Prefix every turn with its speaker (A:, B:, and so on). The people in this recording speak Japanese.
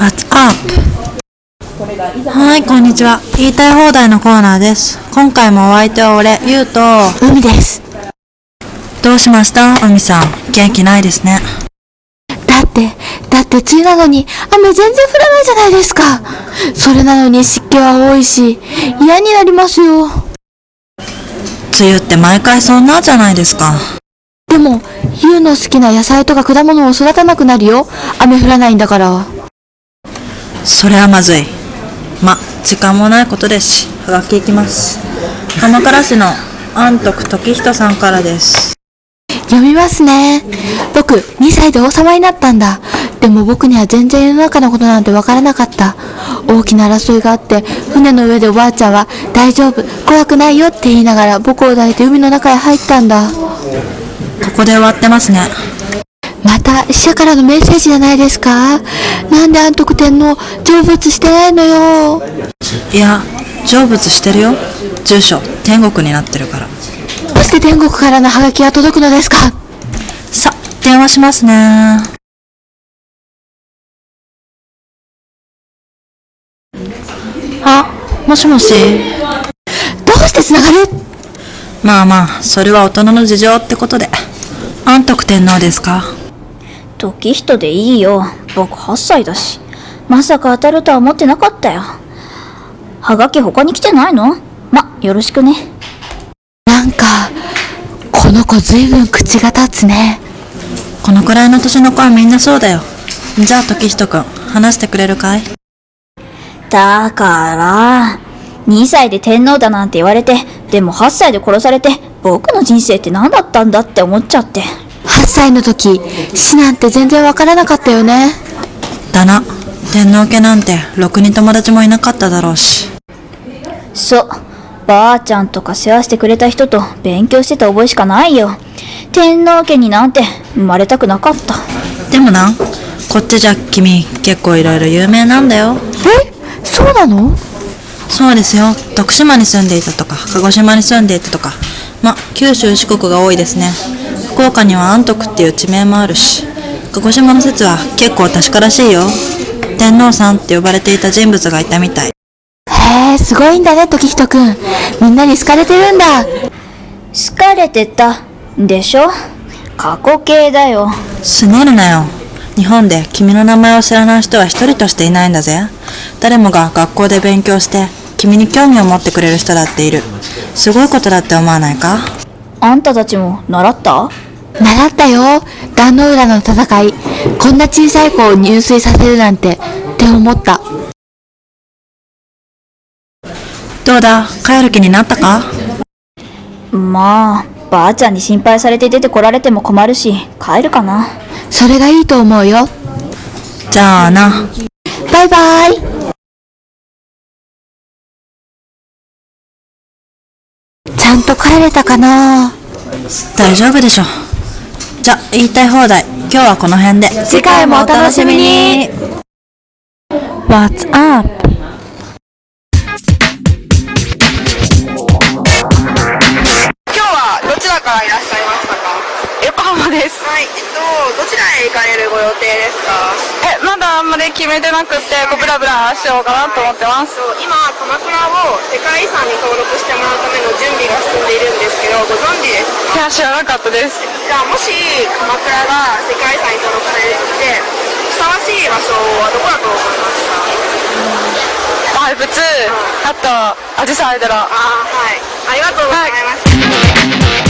A: あつかはい、こんにちは。言いたい放題のコーナーです。今回もお相手は俺、ゆうと、
B: 海です
A: どうしました海さん。元気ないですね。
B: だってだって梅雨なのに雨全然降らないじゃないですかそれなのに湿気は多いし嫌になりますよ
A: 梅雨って毎回そんなんじゃないですか。
B: でも優の好きな野菜とか果物を育たなくなるよ雨降らないんだから
A: それはまずい。ま、時間もないことですし、はがきいきます。浜から市の安徳時人さんからです。
B: 読みますね僕2歳で王様になったんだでも僕には全然世の中のことなんてわからなかった大きな争いがあって船の上でおばあちゃんは「大丈夫怖くないよ」って言いながら僕を抱いて海の中へ入ったんだ
A: ここで終わってますね。
B: また死者からのメッセージじゃないですかなんで安徳天皇成仏してないのよ
A: いや、成仏してるよ。住所、天国になってるから。
B: どうして天国からのハガキが届くのですか
A: さ、電話しますね。あ、もしもし。
B: どうしてつながる
A: まあまあ、それは大人の事情ってことで。安徳天皇ですか
C: 時人でいいよ僕8歳だしまさか当たるとは思ってなかったよはがき他に来てないのまよろしくね
B: なんかこの子ずいぶん口が立つね
A: このくらいの年の子はみんなそうだよ。じゃあ時人くん、話してくれるかい
C: だから2歳で天皇だなんて言われてでも8歳で殺されて僕の人生って何だったんだって思っちゃって
B: 8歳の時死なんて全然わからなかったよね
A: だな。天皇家なんて、ろくに友達もいなかっただろうし。
C: そうばあちゃんとか世話してくれた人と勉強してた覚えしかないよ天皇家になんて生まれたくなかった
A: でもな、こっちじゃ君、結構いろいろ有名なんだよ。
B: えそうなの
A: そうですよ徳島に住んでいたとか鹿児島に住んでいたとかま九州四国が多いですね福岡には安徳っていう地名もあるし鹿児島の説は結構確からしいよ天皇さんって呼ばれていた人物がいたみたい
B: へえすごいんだね時人くんみんなに好かれてるんだ
C: 好かれてたでしょ過去形だよ
A: すねるなよ日本で君の名前を知らない人は一人としていないんだぜ誰もが学校で勉強して君に興味を持ってくれる人だっているすごいことだって思わないか
C: あんたたちも習った
B: 習ったよ壇の浦の戦いこんな小さい子を入水させるなんてって思った
A: どうだ帰る気になったか
C: まあばあちゃんに心配されて出てこられても困るし帰るかな
B: それがいいと思うよ
A: じゃあな
B: バイバイちゃんと帰れたかな
A: 大丈夫でしょじゃあ言いたい放題今日はこの辺で
B: 次回もお楽しみに
A: What's up?
D: 今日はどちらからいらっしゃいましたか横浜ですはいえっとどちらへ行かれるご予定ですかえまだあんまり決めてなくてこうブラブラしようかなと思ってます今鎌倉を世界遺産に登録してもらうための準備が進んでいるんですけどご存知ですかいや知らなかったですじゃあもし鎌倉が世界遺産に登録されてふさわしい場所はどこだと思いますか大仏、あとアジサイだろあはいありがとうございます、